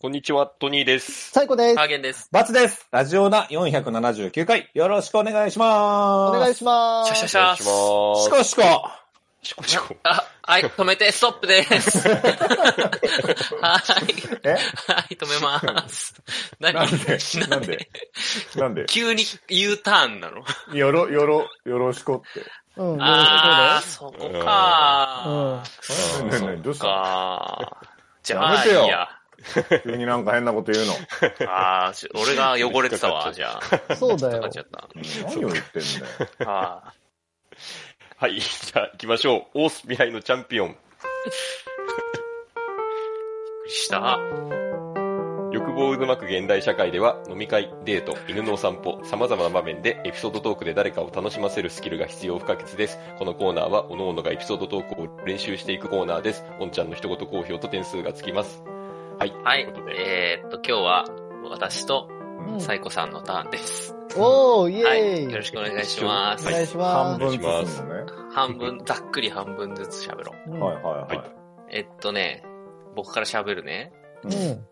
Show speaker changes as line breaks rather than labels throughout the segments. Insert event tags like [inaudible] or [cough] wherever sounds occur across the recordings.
こんにちは、トニーです。
最高です。
ハーゲンです。
バツです。ラジオナ479回、よろしくお願いしま
お
す。
願いしま
シャシャ
す。
シャ
お願いし
ー。
し
ます。
こしこ。
シコシコ。
あ、はい、止めて、ストップです。
[laughs]
はい。
え
はい、止めます。何
なんでなんでなんで
急に U ターンなの
よろ、よろ、よろしこって。
うん、よろしくお願
あ
い
ー、そこか
うん
ー。
え何何どうした
かー。じ
や
ゃ
め
あ、
てよ
いいや。
急になんか変なこと言うの。
あーし俺が汚れてた
[laughs]
わ、じゃあ。
そうだ
かか
よ
っちゃった。
何を言ってんだよ。
あ
はい、じゃあ行きましょう。オース未来のチャンピオン。
ー、びっくりした。
欲望渦巻く現代社会では、飲み会、デート、犬のお散歩、様々な場面でエピソードトークで誰かを楽しませるスキルが必要不可欠です。このコーナーは、各々がエピソードトークを練習していくコーナーです。おんちゃんの一言好評と点数がつきます。はい、
はい
ということ、で。
えーっと、今日は、私と、
うん
サイコさんのターンです。
おー、イ
は
ェ
い、
ーイ。
よろしくお願いしま
お
す。
願いし
半
ま
分ずつのね。
半分、ざっくり半分ずつ喋ろう。
す。
はいはい
は
はいい。
えっとね、僕から喋るね。
うんうん。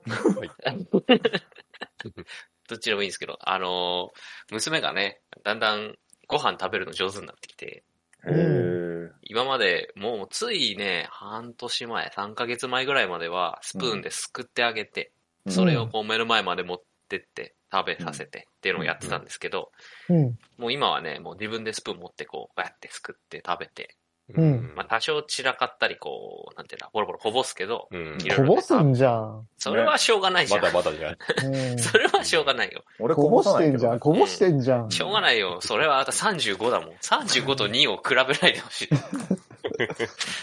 どっちでもいいんですけど、あのー娘がね、だんだんご飯食べるの上手になってきて、
へー
今までもうついね、半年前、3ヶ月前ぐらいまでは、スプーンですくってあげて、
うん
それをこう目の前まで持ってって、食べさせてっていうのをやってたんですけど、
うん。
もう今はね、もう自分でスプーン持ってこう、こうやってすくって食べて、
うん
まあ多少散らかったりこう、なんていうんだ、ボロボロこぼすけど、
うん
いろい
こ
ろね
ぼすんじゃん。
それはしょうがないじゃ
ま
ん。
だまだじゃん。
うん
それはしょうがないよ。
俺
こ
こ
ぼ
ぼさ
し
ない
て
け
んじ
ど
ゃん。こぼしてんじゃん。
しょうがないよ。それはあと35だもん。35と2を比べないでほしい。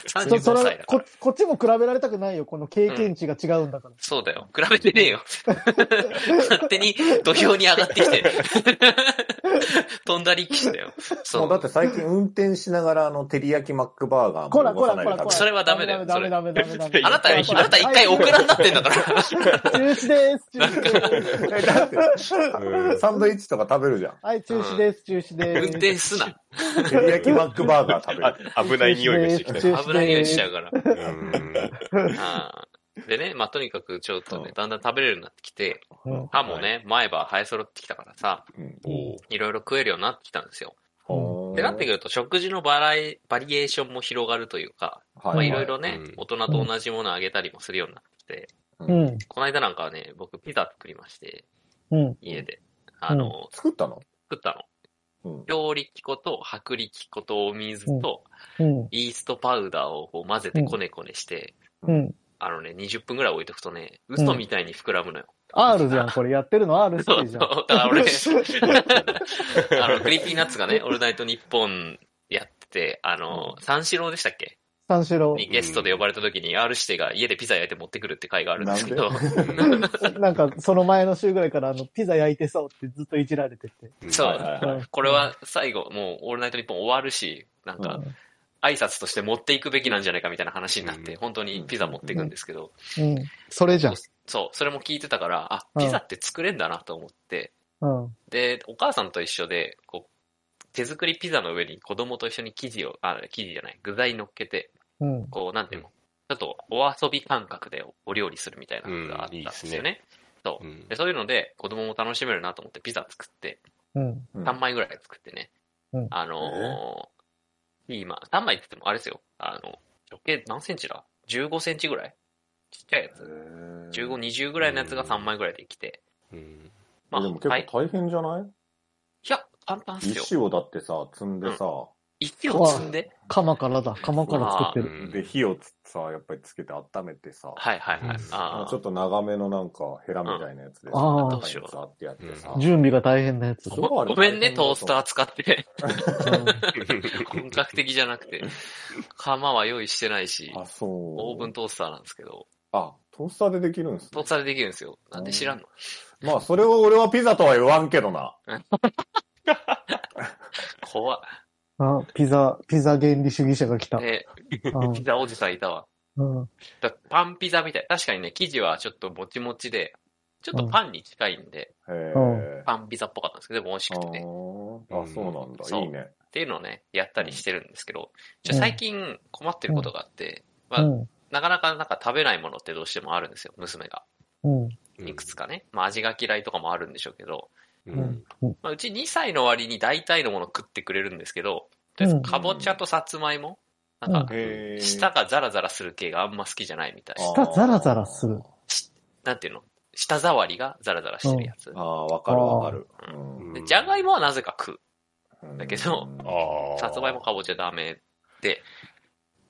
そ
35
そ
歳
れ
だか
こ
ら。、
こっちも比べられたくないよ。この経験値が違うんだから。
そうだよ。比べてねえよ。勝手に土俵に上がってきて。飛んだりきだよ。そ
もうだっ
う。
て最近運転しながらあの、照り焼きマックバーガー
こら
も
こ
動
ら
か
こ
さ
ら
ない
こ
で
ら。
それはダメだよ
食べ
ダメダメダメダメダメ。
あなた、あ
こら
なた一回オクラになってんだから。
中止です、中止です。
えだって、サンドイッチとか食べるじゃん。
はい、中止です、中止
運
です。
転すな。
[laughs] 照り焼きマックバーガー食べる。
あ危ない匂いがしてきたよ。
油にしちゃうから。
うん
[laughs]
あーでね、まあ、とにかくちょっとね、だんだん食べれるようになってきて、
うん
歯もね、前歯生え揃ってきたからさ、
うん
おー
いろいろ食えるようになってきたんですよ。
ほ
っ
ー
てなってくると、食事のバラエバリエーションも広がるというか、まあ
はい
い
は
ろ
い
いろね
うん、
大人と同じものをあげたりもするようになってきて、
うん、
この間なんかはね、僕ピザ作りまして、
うん。
家で。あの、
作ったの
作ったの。
うん。
強力粉と薄力粉とお水と、
うん、
イーストパウダーをこう混ぜてこねこねして、
うん。
あのね、20分ぐらい置いとくとね、嘘みたいに膨らむのよ。
R じゃん、これ。やってるの R
そ
好
う
きじ
そう。
ゃん
[laughs] だ。から俺、あの、クリーピーナッツがね、オールナイトニッポンやってて、あの、三四郎でしたっけ
三四郎。
にゲストで呼ばれた時に R 指定が家でピザ焼いて持ってくるって回があるんですけど、 [laughs]
なんか、その前の週ぐらいから、あの、ピザ焼いてそうってずっといじられてて。
うん
そう
はいはいはい。
これは最後、もうオールナイトニッポン終わるし、なんか挨拶として持っていくべきなんじゃないかみたいな話になっ
う
て、本当にピザ持っていくんですけど、
うん。うん。それじゃん。
そう、それも聞いてたから、あ
う、ん
ピザって作れんだなと思って、
うん。
で、お母さんと一緒で、こう、手作りピザの上に子供と一緒に生地を、あ、生地じゃない、具材乗っけて、
うん。
こう、なんていうの、ちょっとお遊び感覚でお料理するみたいなのがあったんですよ
うんい
ね。そう
う。ん
で、そういうので、子供も楽しめるなと思ってピザ作って、
うん。
うん
3枚ぐらい作ってね。
うん
あのー、今、3枚って言ってもあれですよ。あの、直径何センチだ ?15 センチぐらいちっちゃいやつ。15、20ぐらいのやつが3枚ぐらいできて。
うん
まあ、
でも結
はい。
構大変じゃない、
いや、簡単っす
石
よ。
をだってさ、積んでさ、
石を積んで。
釜からだ。釜から作ってる。
うん
で、火をつさ、やっぱりつけて温めてさ、
はいはいはい。あ
ちょっと長めのなんかヘラみたいなやつでさ、
うんあー
中にさってやってさ、
準備が大変なやつ。
そ
あ。ごごめんね、トースター使って。
う
本格的じゃなくて。釜は用意してないし、
あ、そう。
オーブントースターなんですけど、
あ、トースターでできるんです
ト
ね
ース。ターでできるんですよ。なんで知らんの
まあ、それを俺はピザとは言わんけどな。
怖
んあ、ピザ、ピザ原理主義者が来た
い。。ね、
うん
ピザおじさんいたわ。
うん。
だパンピザみたい。確かにね、生地はちょっともちもちで、ちょっとパンに近いんで、
へえ。
うん
パンピザっぽかったんですけど、でも美味し
あ
くてね。
ーあ、そうなんだ。
そう
いいね。
っていうのをね、やったりしてるんですけど、じ
う
ゃ
ん
最近困ってることがあって、
う
まあ、
ん。
なかなかなんか食べないものってどうしてもあるんですよ、娘が。
うん。
いくつかね。まあ味が嫌いとかもあるんでしょうけど、
う
うんん。。うん
まあうち2歳の割に大体のもの食ってくれるんですけど、とりあえずかぼちゃとさつまいも、なんか、
へー
舌がザラザラする系があんま好きじゃないみたい。
舌ザラザラする。
なんていうの舌触りがザラザラしてるやつ。
ああ、わかるわかる。
うん
でじゃがいもはなぜか食う。
うん
だけど
ああ。
さつまいもかぼちゃダメで、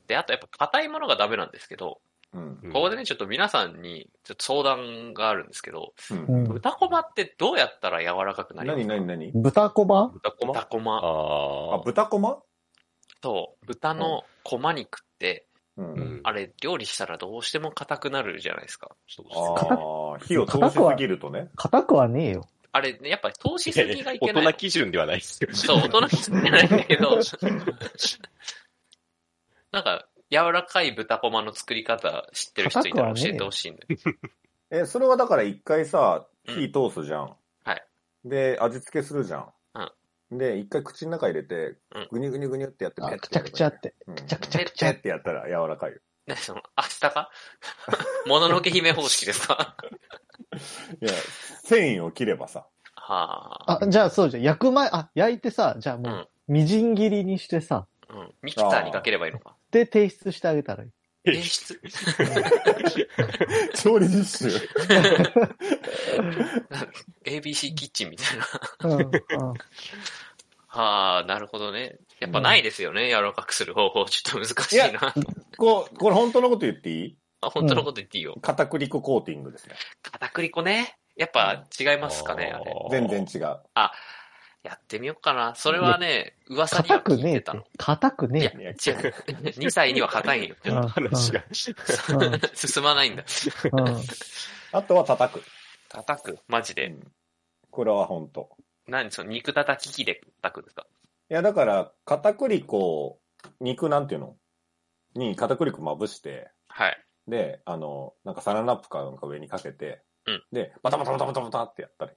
で、あとやっぱ硬いものがダメなんですけど、
うん。
ここでね、ちょっと皆さんにちょっと相談があるんですけど、
うん
うん。
豚こまってどうやったら柔らかくなります
何
か
何何
豚こば
豚こま
豚こま
あ
あ、
あ。
豚こま
と豚のこま肉って、
う。
うんん。
あれ料理したらどうしても硬くなるじゃないですか。
そうですね。
ああ、火を通しすぎるとね。
硬くはねえよ。
あれね、やっぱり投資
いや
先が
い
い
や [laughs] 大
けないの。
人基準ではないですけど。
そう、大人気じゃないんだけ
[laughs]
ど、なんか柔らかい豚こまの作り方知ってる人いたら教えてほしいんだけど、
え、それはだから一回さ、火通すじゃん。
はい。
で、味付けするじゃん。で、一回口の中入れて
うん、
ぐにゅぐにゅぐにゅってやって、
あくちゃくちゃっ。て。
く
くちゃくち
ゃ。
ゃくちゃって。
ってやったら柔らかいよ。
何その、明日かもののけ姫方式ですか
いや、繊維を切ればさ。
はあ、
あ、じゃあそうじゃん。焼く前、あ、焼いてさ、じゃあもう、みじん切りにしてさ、
うん。ミキサーにかければいいのか。
で提出してあげたらいい。
演出
調理実習。
ABC キッチンみたいな。
うん。うん
はあ、なるほどね。やっぱないですよね。柔らかくする方法。ちょっと難しい
い
な。
こう、これ本当のこと言っていい
あ本当のこと言っていいよ。
片栗粉コーティングですね。
片栗粉ね。やっぱ違いますかね、あれ。
全然違う。
やってみようかな。それはね、噂に
硬
は
く
聞い
ねえ
て
ったて
の。。
硬くねえって。
いや
違う。2歳には硬いよ。
うん
話
[laughs]
が。
うん
進まないんだ。
うん
あとは叩く。
叩くマジ
う
で。
んこれは本当。
何その肉叩き器で叩くんですか
いや、だから、片栗粉、肉なんていうのに片栗粉まぶして、
はい。
で、あの、なんかサランラップかなんか上にかけて、
うん
で、バタバタバタバタバタってやったらい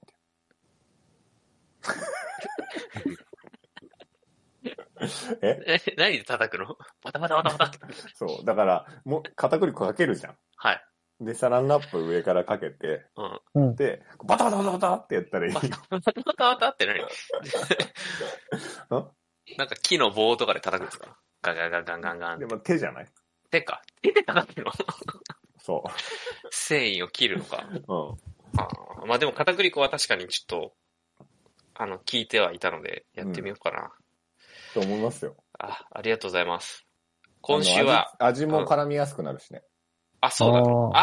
いんだよ。
え、何で叩くのバタバタバタバタ。
そう。だから、もう、片栗粉かけるじゃ
はい。
ん。で、サランラップ上からかけて、
うん。
うん。
で、バタバタバタバタってやったらいいよ。
バタバタバタって何 [laughs] なんか木の棒とかで叩くんですかガンガンガンガンガンガン
で。も手じゃない
手か。手で叩くの
[laughs] そ
繊維を切るのか。
う。うん。
あーまあでも片栗粉は確かにちょっと、あの、聞いてはいたので、やってみようかな。
と思いますよ。
あ、ありがとうございます。今週は、
あの味。味も絡みやすくなるしね。
あ、そうだね。
あ
あ
お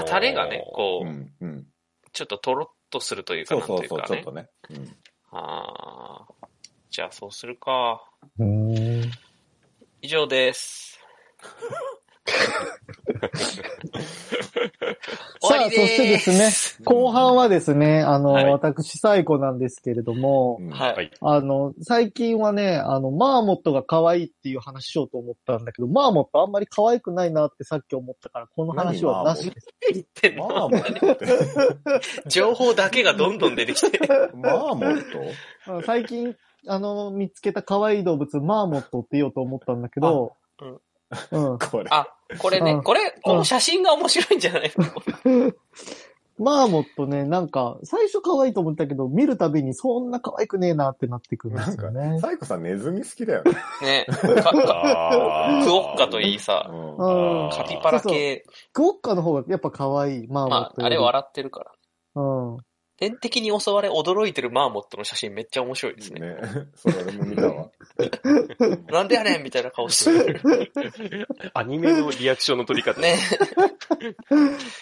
あ、
ー
タレがね、こ
う
う、
ん。うん。
ちょっととろっとするというか、
そう
なん
そ
というう
そう、
か
ちょっ
ね
と。ね。うん。
ああ。じゃあ、そうするか。
ー。うーん
以上です。
[laughs]
終
さ
わ
あ、そ
りでーす
してですね、後半はですね、あの、
はい
私、サイコなんですけれども
う、ん
はい。
はい。
あの、最近はね、あの、マーモットが可愛いっていう話しようと思ったんだけど、マーモットあんまり可愛くないなってさっき思ったから、この話はなしです。
言ってん
マ
の
ーモットって。
情報だけがどんどん出てきて。
マーモット
うん最近、あの、見つけた可愛い動物、マーモットって言おうと思ったんだけど、うん。
これ。
あ、 [laughs] これ
う
ね、
ん
これ、この写真が面白いんじゃないの [laughs]
マーモットね、なんか、最初可愛いと思ったけど、見るたびにそんな可愛くねえなってなってくるんですよね。
サイコさんネズミ好きだよ
ね。
ね。
か
あー
クオッカといいさ、
う
うん
あー
カピバラ系。
クオッカの方がやっぱ可愛い、マーモ
ま
ット
あ、
よ
あ
り
れ笑ってるから。
うん。
天敵に襲われ驚いてるマーモットの写真めっちゃ面白いです
ん。
ね。
ね。それ俺も見たわ。
なんでやねんみたいな
[laughs]
顔してる。
アニメのリアクションの取り方。
ね。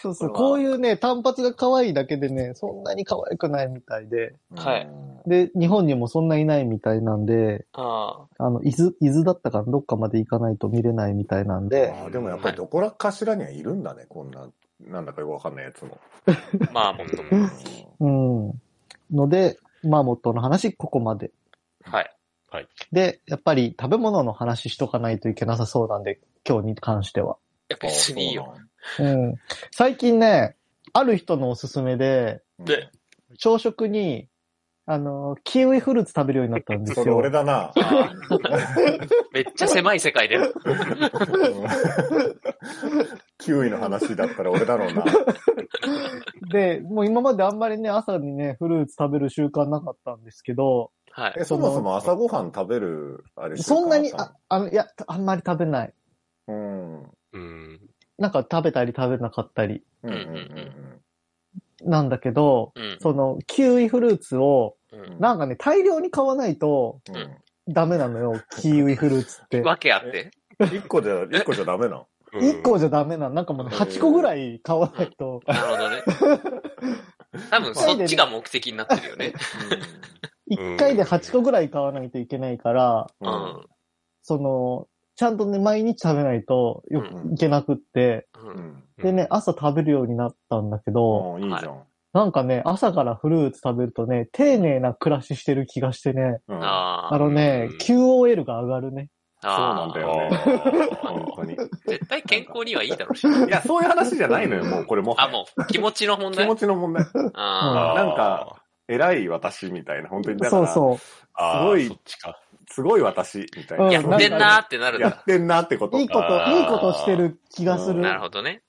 そうそう、
こ
こ
れは
ういうね、単発が可愛いだけでね、そんなに可愛くないみたいで。
はい
[laughs] うん。
で、日本にもそんないないみたいなんで、
あ
あの、伊豆、伊豆だったかなどっかまで行かないと見れないみたいなんで、
あーでもやっぱりどこらかしらにはいるんだね、こんな、なんだかよくわかんないやつも。
あ、マーモット
う
も。
ん
うん。ので、マーモットの話、ここまで。
はい。
で、やっぱり食べ物の話しとかないといけなさそうなんで、今日に関しては。
いや、別にいいよ。。
うん。最近ね、ある人のおすすめで、
うん
で、
朝食に、あの、キウイフルーツ食べるようになったんです
それ
よ。
俺だ [laughs] な。
めっちゃ狭い世界で。
キウイの話だったら俺だろう [laughs] な。
で、もう今まであんまりね、朝にね、フルーツ食べる習慣なかったんですけど、
はい。
え、そもそも朝ごはん食べる、あれ
そんなに、
習慣さ
あ、あの、いや、あんまり食べない。
うん。うん
うん。
なんか食べたり食べなかったり
うんうん
なんだけど、
うん。
その、キウイフルーツを、
うん
なんかね、大量に買わないと
うんうん。
ダメなの
[laughs]
よ、キウイフルーツって。
わけあって。
一個じゃ、一個じゃダメなの
1個じゃダメなの。なんかもうね、
うん
8個ぐらい買わないと。
なるほどね。多分そっちが目的になってるよね。
うん
1回で8個ぐらい買わないといけないから、
う
うんん。。
その、ちゃんとね、毎日食べないとよく
うん
いけなくって、
う。
うんん。
でね、朝食べるようになったんだけど、
うんいいじゃん。
なんかね、朝からフルーツ食べるとね、丁寧な暮らししてる気がしてね、
うん。
あ
あのね
うん、
QOL が上がるね。
あ。
そうなんだ
あ
よね。
ー
本当に。い
絶対健康にはいいだろうし。
や、そういう話じゃないのよ、もう、これもは
あ、
や。
もう気持ちの問
気
題
持。ちの問題。
あ
なんか、偉い私みたいな、本当に。だか
そう
ら、
そ
あー
すごい
そっちか。
すごい私みたい
うん
あ。
な。
やってんなーってなるん
やっ
だ。
てんなってこと
う。い。いこと、
あー
いいことしてる気がする。う。
うん
なるほどね。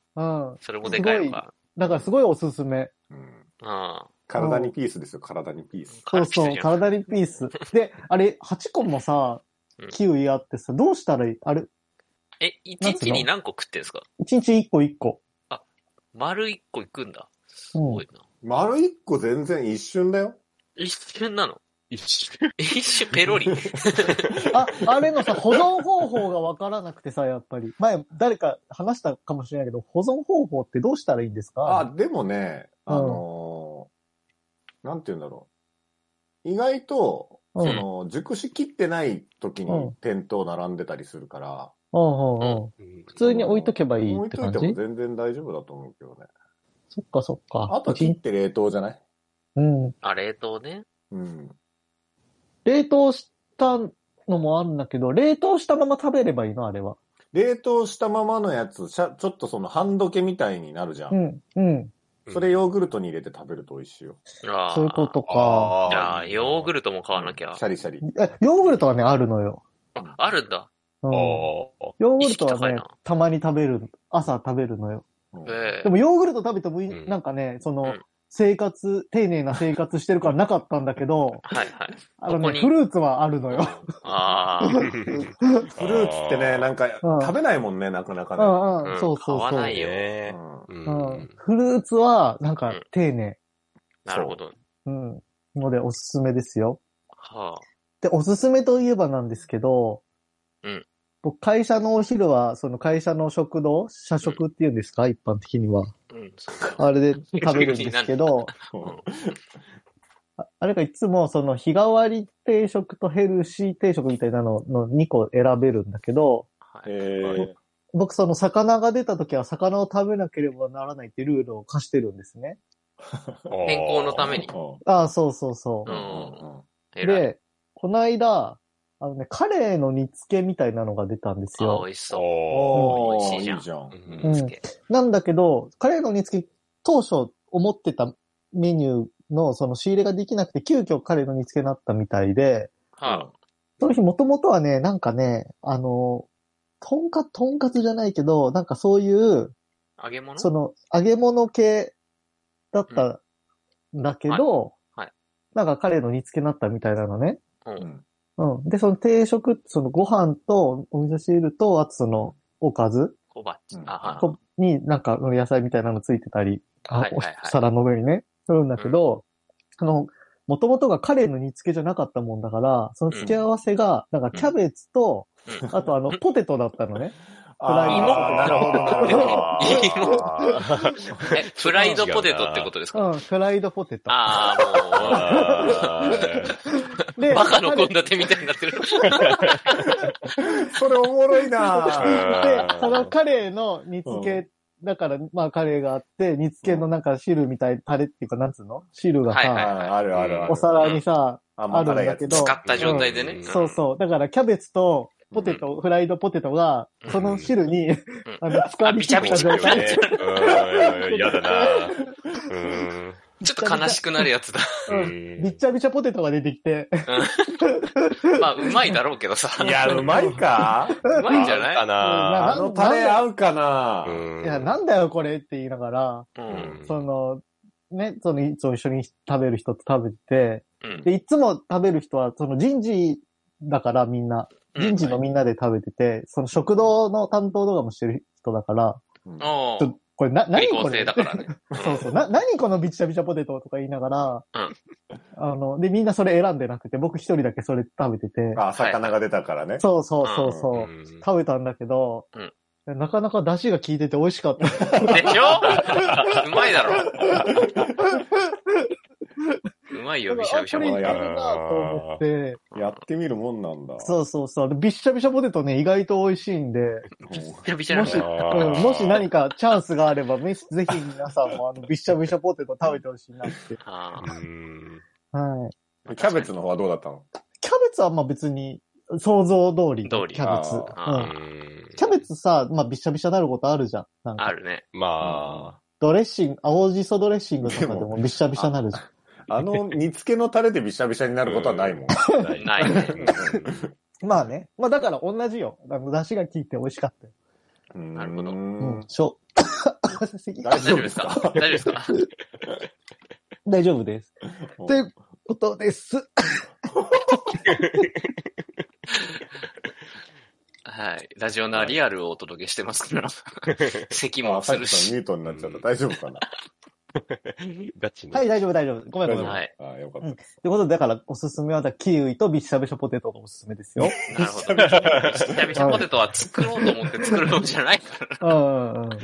それもでかいのか。
だからすごいおすすめ。
うん
うん。
体にピースですよ、体にピース。
そうそ
軽
う、
いじゃん
体にピース。で、あれ、8個もさ
うん、
キウイあってさ、どうしたらいいあれ、
え、一日に何個食ってんすか
1日1個1個。
丸一個いくんだ。すごいな。
丸一個全然一瞬だよ。
一瞬なの
一瞬。
一瞬ペロリ。
あ、あれのさ、保存方法がわからなくてさ、やっぱり。前、誰か話したかもしれないけど、保存方法ってどうしたらいいんです
あ、
か
でもね、
うん
あのーなんて言うんだろう。意外と、
うん
その、熟しきってない時
うん
に店頭並んでたりするから、
うんうんうん。普通に置いとけばいい
置
っ
い
て
と
感
い
じ
ても全然大丈夫だと思うけどね。
そっかそっか。
あと切って冷凍じゃない
うん。
あ、冷凍ね。
うん。
冷凍したのもあるんだけど、冷凍したまま食べればいいのあれは。
冷凍したままのやつ、しゃちょっとその半どけみたいになるじゃ。
うんん、うん。
それヨーグルトに入れて食べると美味しいよ。
ああ。
そういうことか。
じゃあ、ヨーグ
ル
ルトも買わなきゃ
シ。ャリシャリ。
え、ヨーグルトはね、あるのよ。
あ、あるんだ。
うん、ヨ
ト。
ーグルト
意識高
はいね
な、
たまに食べる、朝食べるのよ。
うん
ええ
でもヨーグルト食べてもいい、
うん
なんかね、そうの
ん、
生活、丁寧な生活してるからなかったんだけ
[laughs]
ど、
はいはい。
あの
ここ
ね、
に
フルーツはあるのよ。
ああ。
フルーツってね、なんか
うん
食べないもんね、なかな
う
か
んうん、
うん
そうそうそう。
買わない
いい
よ
ね。
ね。
うん
う
うん
ん。。
フルーツは、なんか
うん、
丁寧。
なるほど。
うん。ので、おすすめですよ。
はあ。
で、おすすめといえばなんですけど、
うん
僕、会社のお昼は、その会社の食堂、社食っていうんですか、一般的には。
うん、そうだ
あ
[laughs]
れで食べるんですけど、ああれがいつもその日替わり定食とヘルシー定食みたいなのの2個選べるんだけど、
はい
え
僕その魚が出た時は魚を食べなければならないってルールを課してるんですね。
健
健康のため
ー
に。
ああ、そうそうそ
うん
う。
偉い。
で、この間、あのね、カレーの煮付けみたいなのが出たんです
ああ、
よ。
美味しそう。
お
美
ー
味しいじゃん
いいじゃん。
うん
うん
煮付け
なんだけど、カレーの煮付け当初思ってたメニューのその仕入れができなくて急遽カレーの煮付けになったみたいで、
は
その日もともとはね、なんかね、あの、とんか、とんかつじゃないけど、なんかそういう、
あ。揚げ物
その、揚げ物系だったんだけど、
はいはい
なんか彼の煮付けになったみたいなのね。
うん
うん。で、その定食、そのご飯とお味噌汁と、あとその、おかず
小鉢
う。ん
あは
こになんか野菜みたいなのついてたり、あ
はいはいはい
お皿の上にね、するんだけど、あの、もともとがカレーの煮付けじゃなかったもんだから、その付け合わせが、なんかキャベツと、
うん
あとあの、ポテトだったのね。フライ
ド
あーなるほど、なるほど。
あ
え、フライドポテトってことですか
うん、フライドポテト。
ああ、
ー
で [laughs]
もう、バカの
彼
献立みたいになってる。
それおもろいな
で、そのカレーの煮付
う
け、だから、まあカレーがあって、煮付けのなんか汁みたい、タレっていうか、なんつうの汁がさ、
はい
あ
はい
あるあるある。
お皿にさ、あるんだけど、
使った状態で
う
ね。
ん
そうそう。だから、キャベツと、ポテト、フライドポテトが、その汁に、あの、使われてた
あびちゃびちゃ
状態。
うん。やだな。うん。
ちょっと悲しくなるやつだ。
うん
え
[laughs] びっちゃびちゃポテトが出てきて、
まあ、うまいだろうけどさ。
いや、うまいか
うまいんじゃ
か
ない
な
な
あのタレ合うかな
うん
いや、なんだよこれって言いながら、
う
う。
んん
その、ね、その、いつも一緒に食べる人と食べて、
うん。
で、いつも食べる人は、その人事だからみんな、人事のみんなで食べてて、その食堂の担当とかもしてる人だから、
お
ちょっとこれな、何
何
こ
構
れ
成だからね。
そうそう。な、何このびちゃびちゃポテトとか言いながら、
うん
あの、で、みんなそれ選んでなくて、僕一人だけそれ食べてて、
あ、魚が出たからね。
そうそうそうそう、
うん
食べたんだけど、なかなか出汁が効いてて美味しかった。
でしょうまいだろ。うまいよ、びしゃびし
[laughs]
ゃ
あ
も
こ。れいけるなと思って、
やってみるもんなんだ。
そうそうそう。でびっしゃびしゃポテトね、意外と美味しいんで、
びしゃびしゃな
も
ん
し
だ。
あ
うん、
ー
もし何かチャンスがあれば、みぜひ皆さんもあの、びっしゃびしゃポテト食べてほしいなって。
あ
うん
はい。
うキャベツの方はどうだったの
キャベツはまあ別に、想像通り。
通り
キャベツ。う
あー
ん。
うん
キャベツさ、まあびっしゃびしゃなることあるじゃん。なん
あ
か、[laughs]
るね。
ま
ドレッシング、青じそドレッシングとかでもびっしゃびしゃなるじゃん。
あの煮付けのタレでびしゃびしゃになることはないもん。
あ、ない。
ないね
まあね。まあだから同じよ。あの、出汁が効いて美味しかったよ。
うん
なるほど
うん。し [coughs] ょ。咳
大
大丈
丈
夫
夫で
ですす
か
か大丈夫ですか
[coughs] 大丈夫です。
お
ということです。
はい。ラジオのリアルをお届けしてます [laughs] から。咳
あ、
も
さ
す
っ
る
きさん
し。
ミュートになっちゃった。大丈
[laughs]
夫かな
ガチの。
はい、大丈夫、大丈夫。ごめん、ごめ
大
ん。と
丈夫
い
は
う
い
あ、よかっ
うんことで、だから、おすすめは、だからキウイとびっしゃびしゃポテトがおすすめですよ。
なるほど。びしゃびしゃポテトは作ろうと思って作るもんじゃないから。
うんうんうん。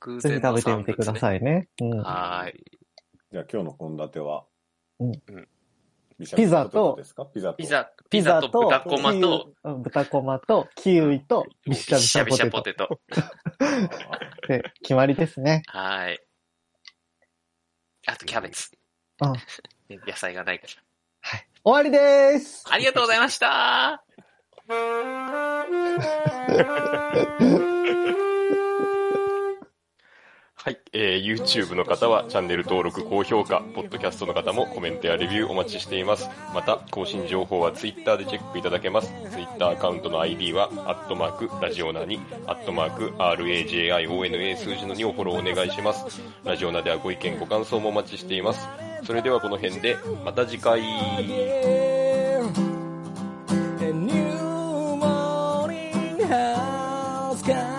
偶
ぜひ食
然の
べて
産
み
物
てくだ
ね。
さいね。うん。
はーい。
じゃあ今日の献立は
うん
うん
びしゃびしゃポテトですかピザと。
ピザ、ピザと豚こまと、
キウイうん豚こまと、キウイと、び
び
っしゃびし
し
ゃ
ゃび
ポ
しゃ
テ
ポ
ト
テト。
で決まりですね。
はい。あとキャベツ。
うん。
[laughs] 野菜がないから。
終わりです
ありがとうございました。
はい、えー YouTube の方はチャンネル登録、高評価、Podcast の方もコメントやレビューお待ちしています。また、更新情報は Twitter でチェックいただけます。Twitter アカウントの ID は、アットマーク、ラジオナに、アットマーク、RAJIONA 数字の2をフォローお願いします。ラジオナではご意見、ご感想もお待ちしています。それではこの辺で、また次回。
A new morning has come